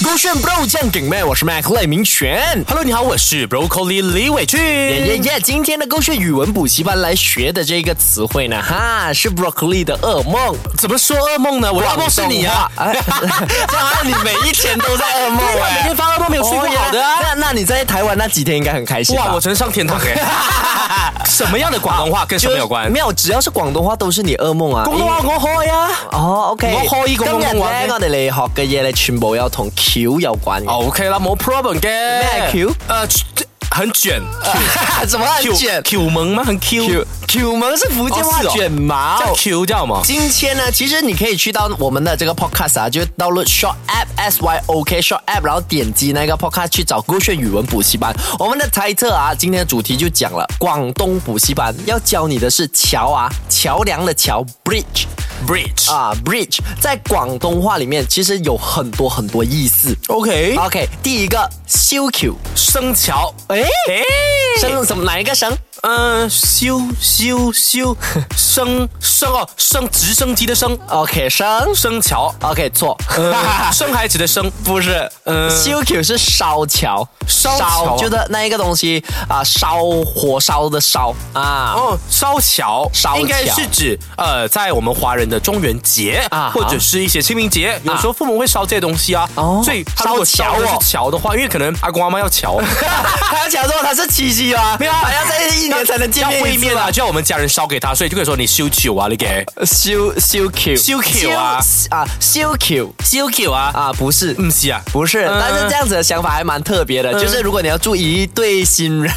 勾选 bro 酱梗妹，我是 Mac 赖明全。 Hello，你好，我是 Broccoli 李伟俊。耶耶耶！今天的勾选语文补习班来学的这个词汇呢，哈，是 broccoli 的噩梦。怎么说噩梦呢？我噩梦是你啊！广东话！哎 这好像你每一天都在噩梦对啊哎，每天发噩梦没有睡过好的啊哦呀那那你在台湾那几天应该很开心吧？哇，我真上天堂 哎！什么样的广东话跟什么有关？没有，只要是广东话都是你噩夢啊！廣東話我可以啊。哦，OK。我可以今講日廣東話嘅哦咧，我哋嚟學嘅嘢咧，全部有同橋有關嘅。 OK 啦，冇 problem 嘅。咩 Q？呃，很卷。 怎么很卷 Q 萌吗？很 Q。 Q Q 萌是福建话哦是哦卷毛。叫 Q 叫吗？今天呢，其实你可以去到我们的这个 podcast 啊，就 download Short App S Y O K Short App，然后点击那个 podcast 去找勾选语文补习班。我们的猜测啊，今天的主题就讲了广东补习班要教你的是桥啊，桥梁的桥 bridge。 Bridge 啊，bridge 在广东话里面其实有很多很多意思。 OK， OK，第一个修桥，生桥，诶，诶，生什么哪一个生？嗯，修修 修，升升哦，升直升机的升， OK，生升 桥， OK 错，呃生孩子的生，不是，呃嗯修桥是烧桥，烧桥啊就是那一个东西啊，烧火烧的烧啊。哦，烧桥，烧桥应该是指呃，在我们华人的中元节啊哈啊或者是一些清明节，有时候父母会烧这些东西啊，哦所以他如果烧烧桥的哦是桥的话，因为可能阿公阿妈要桥， 他要讲说他是七夕吗？没有，还要在 一年才能见面要一会次面吧啊，就要我们家人烧给他，所以就可以说你修球啊，你给修修桥，修桥啊修啊， 修桥修球啊，啊，不是，嗯是啊，不是，嗯但是这样子的想法还蛮特别的，就是如果你要住一对新人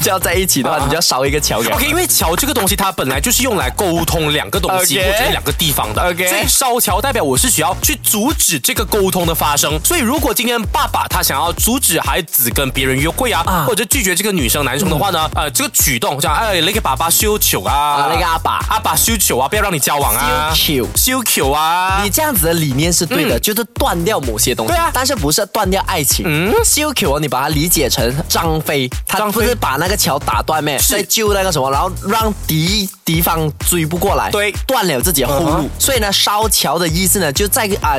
就要在一起的话，你就要烧一个桥给他。 OK，因为桥这个东西，它本来就是用来沟通两个东西 OK 或者是两个地方的。 OK 所以烧桥代表我是需要去阻止这个沟通的发生。所以如果今天爸爸他想要阻止孩子跟别人约会啊，啊嗯或者拒绝这个女生男生的话呢，呃，这个举动叫哎，那个爸爸修球啊，啊那个阿爸阿爸修球啊，不要让你交往啊，修球修球啊你。这样子的理念是对的，嗯就是断掉某些东西，对啊但是不是断掉爱情？嗯，修桥哦你把它理解成张飞，他张飞不是把那个桥打断咩，是再救那个什么，然后让敌敌方追不过来，对断了自己的后路。嗯哼所以呢，烧桥的意思呢，就在啊。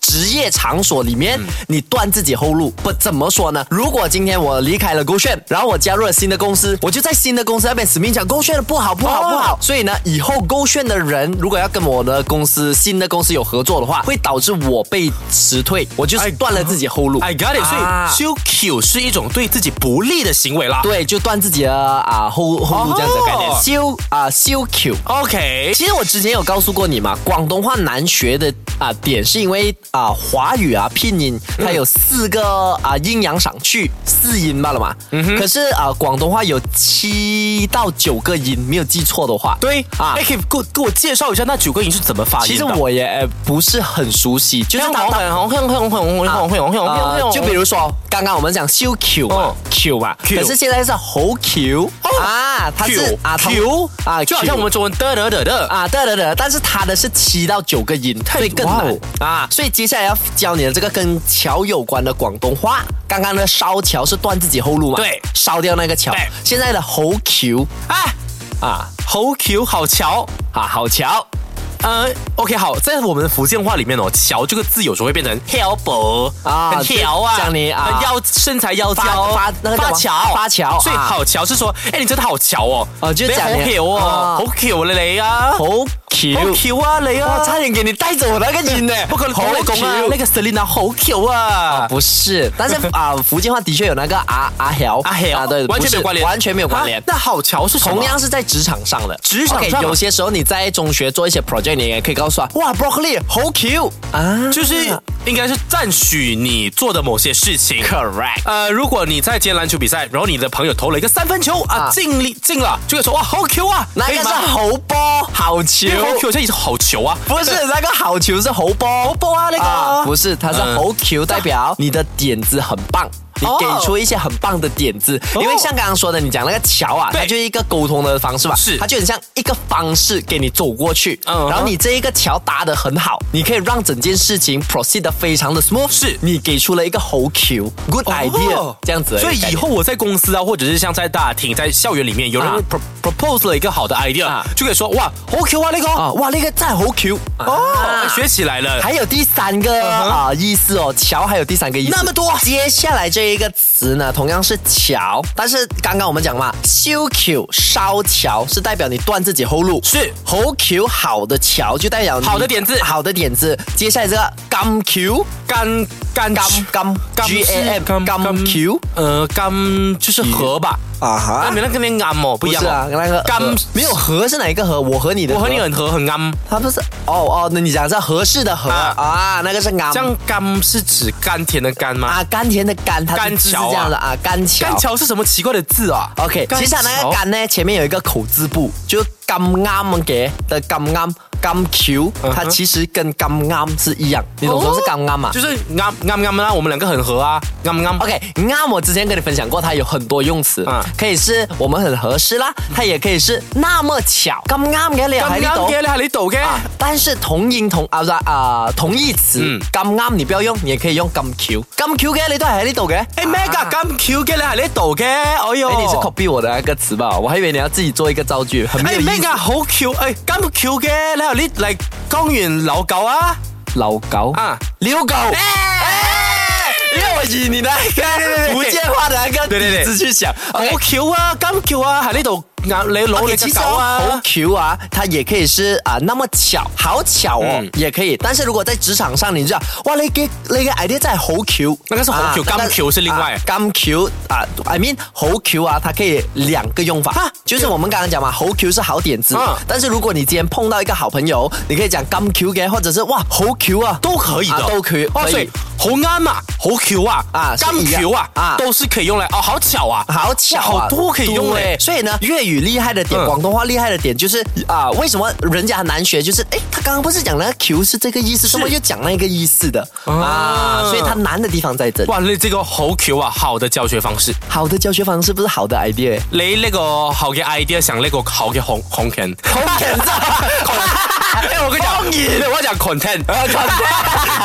职业场所里嗯面，你断自己后路，不怎么说呢？如果今天我离开了勾炫，然后我加入了新的公司，我就在新的公司那边死命讲勾炫的不好不好不好哦，所以呢，以后勾选的人如果要跟我的公司新的公司有合作的话，会导致我被辞退，我就是断了自己后路。哎 I got it，、啊所以修球是一种对自己不利的行为啦。对，就断自己的啊后后路这样子的概念哦，修啊修 Q。 OK，其实我之前有告诉过你嘛，广东话难学的啊点是因为啊华语啊拼音它有四个啊阴阳上去四音罢了嘛，嗯可是啊广东话有七到九个音，没有记错的话，对啊啊，哎，可以给我给我介绍一下那九个音是怎么发音的？其实我也呃不是很熟悉，就是它它啊就比如说刚刚我们讲修 Q 嘛哦，Q 啊嘛， Q 嗯可是现在是猴 Q 啊，它是 Q，啊它 Q 啊，Q 啊，对对对，但是它的是七到九个音，所以更哇难哦啊。所以接下来要教你的这个跟桥有关的广东话。刚刚的烧桥是断自己后路嘛？对烧掉那个桥对。！现在的猴 Q 啊啊，好桥呃哦啊啊哎哦，就讲你啊猴 Q，哇，差点给你啊带走我那个音呢啊猴 Q。啊，不是， 但是啊，福建话的确有那个啊啊条阿黑啊，对，哦完全不没是有关联，完全没有关联啊。那好桥是什么？同样是在职场上的，职场上 OK，有些时候你在中学做一些 project，你也可以告诉他，哇，broccoli 好 Q 啊，就是应该是赞许你做的某些事情。 correct 呃，如果你在今天篮球比赛，然后你的朋友投了一个三分球啊，啊进力进了，就会说哇好球啊，那个可以是吗猴波好球因，为好球，这也是好球啊， 不是那个好球是猴波，猴波啊那啊不是，它是嗯猴 Q，代表你的点子很棒。你哦给出一些很棒的点子。因为像刚刚说的，你讲那个桥啊，对它就是一个沟通的方式嘛，是它就很像一个方式给你走过去，嗯哼然后你这一个桥搭得很好，你可以让整件事情 proceed 得非常的 smooth。是你给出了一个猴 Q good idea、哦这样子的一个所概念，以以后我在公司啊，或者是像在大厅、在校园里面，有人啊 pro- propose 了一个好的 idea，、啊就可以说哇，好 Q 啊那个哦，啊，哇，那个赞猴 Q 哦学起来了。啊还有第三个嗯哼啊、意思哦，桥还有第三个意思，那么多接下来这一个词呢，同样是桥，但是刚刚我们讲嘛，修桥烧桥是代表你断自己后路，是猴桥好的桥就代表你好的点子好的点子。接下来这个钢桥，干干钢钢 G A M 钢桥呃干就是河吧。啊啊，哈你，那跟那安哦不一不样是啊，哦。那个钢河没有河是哪一个河？我和你的我河，和你很合很安，它不是哦哦，那你讲是合适的合啊啊那个是昂这样甘是指甘甜的甘吗？啊，甘甜的甘，它甘是字是桥啊这样的啊，甘桥。甘桥是什么奇怪的字啊 OK，甘其实它那桥个甘呢，前面有一个口字部，就是甘啱嘅的甘啱甘 Q，嗯哼它其实跟甘啱是一样，你懂什么是甘啱吗？就是啱啱啱啦，我们两个很合啊，啱啱。 OK，啱我之前跟你分享过，它有很多用词，啊可以是我们很合适啦，它也可以是那么巧，咁啱嘅你又喺咁呢啱度嘅，你喺呢度嘅。啊。但是同音同啊不是啊同义词嗯咁啱你不要用，你也可以用咁巧，咁巧嘅你都係喺呢度嘅，诶咩噶？咁巧嘅你喺呢度嘅，哎哟，哎，你是 copy 我的那个词吧？我还以为你要自己做一个造句，很没哎有意咩思。噶？好巧，诶咁巧嘅你喺呢嚟公園遛狗啊？老高啊遛狗，哎因为我以哎你的那 个福建话的那个对对对底子去想。好 OK，巧啊，咁巧啊，喺呢度咬你攞你 OK，其哎只实哦狗好啊。 Q 啊，它也可以是啊、那么巧，好巧哦，嗯也可以。但是如果在职场上，你知道，哇，你嘅你嘅 idea 真系好 Q，那个是好 Q，咁 Q 是另外啊咁 Q 啊，I mean 好 Q 啊，它可以两个用法啊，就是我们刚刚讲嘛，好 Q 是好点子啊，但是如果你今天碰到一个好朋友，你可以讲咁 Q 嘅，或者是哇好 Q 啊，都可以的，啊都可以哦，可以所以好啱啊，好巧啊，啊是一咁样巧啊，啊都是可以用来哦，好巧啊，好巧、啊，哇好多可以用嘞对。所以呢，粤语厉害的点，嗯广东话厉害的点就是啊、为什么人家很难学？就是哎，他刚刚不是讲那个 Q 是这个意思，怎么又讲那个意思的啊啊？所以它难的地方在这里。哇，你这个好巧啊，好的教学方式。好的教学方式不是好的 idea，你呢個好嘅 idea 想呢個好嘅 con content，好简 哎、我跟你講，啊我講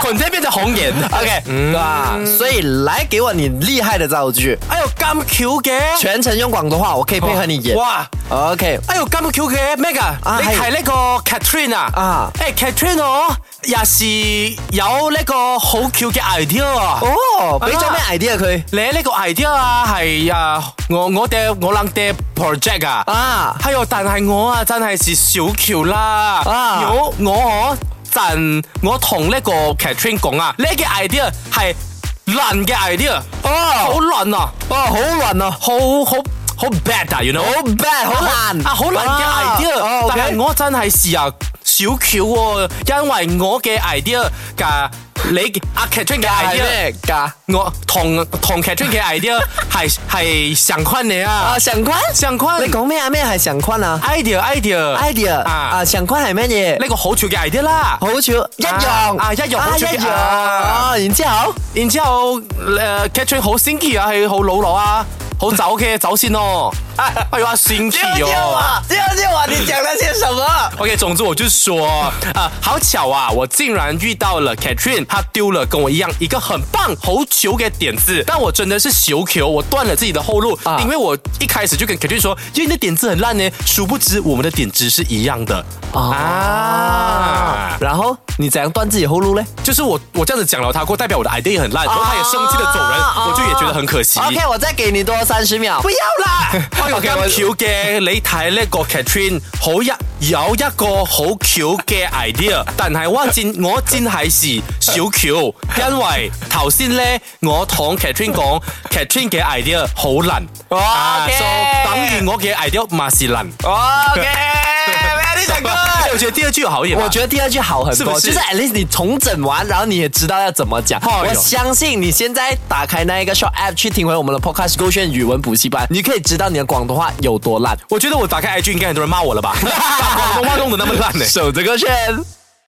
content，content 變成紅 言。 OK，对嗯吧？所以来给我你厉害的造句，哎呦咁巧嘅，全程用广东话，我可以配合你演。哇！ OK，哎呦咁巧嘅咩噶？啊你係係呢個 Catherine 啊？啊誒、Catherine 我哦也是有呢個好巧嘅 idea 啊！哦，俾咗咩啊 idea 佢你呢個 idea 啊係啊我我哋我諗嘅 project 啊。啊？哎呦，但係我啊真係是小喬啦，啊我我陣我同呢個 Catherine 講啊，呢嘅 idea 係爛嘅 idea，哦好爛啊，哦，好乱哦，好好好 bad 啊，you know，好 bad，好烂啊好爛啊嘅 idea，、哦，OK 但係我真係是啊小喬喎、因為我嘅 idea 噶你嘅阿 Catherine 嘅係 idea。咩噶？我同同 Catherine 嘅 idea 係係相關嘅啊啊，，想坤，相關你講咩啊？咩係想坤啊 idea idea ？idea 啊啊，想坤係乜嘢？呢個好潮嘅 idea 啦。好似一樣啊一樣啊好一似樣啊哦，然之後然之後誒 Catherine 好 thinky 啊，係好老羅啊，好走嘅走線哦。哎呦啊 thinky 哦。，救救我！哎你講了些什麼？ OK，總之我就說，啊，好巧啊，我竟然遇到了 Catherine，她丢了跟我一樣一個很棒好球嘅點子，但我真的是球球，我斷了自己的後路，啊因為我一開始就跟 Catherine 說，因為你的點子很爛呢，殊不知我們的點子是一樣的啊啊，。然後你怎樣斷自己後路呢就是我我这样子讲了他过，代表我的 idea 很烂，然后他也生气的走人，啊我就也觉得很可惜。 ？OK，我再給你多三十秒。不要 啦 OK，咁我巧嘅，你睇呢個 Catherine 好一有一個好巧嘅 idea，但係我戰我戰係是小巧，因為頭先咧我同 Catherine 講 Catherine 嘅 idea 好爛，哦啊 OK so 等於我嘅 idea 嘛是爛。 OK，very 我覺得第二句有啊好一點吧，哎我觉得第二句好很是多，不是就是 at least 你重整完，然后你也知道要怎么讲。哎呦我相信你现在打开那一个 s h o p app 去听回我们的 podcast 勾选语文补习班，你可以知道你的广东话有多烂。 我觉得我打开 IG 应该很多人骂我了吧，把广东话弄得那么爛呢、守着勾选。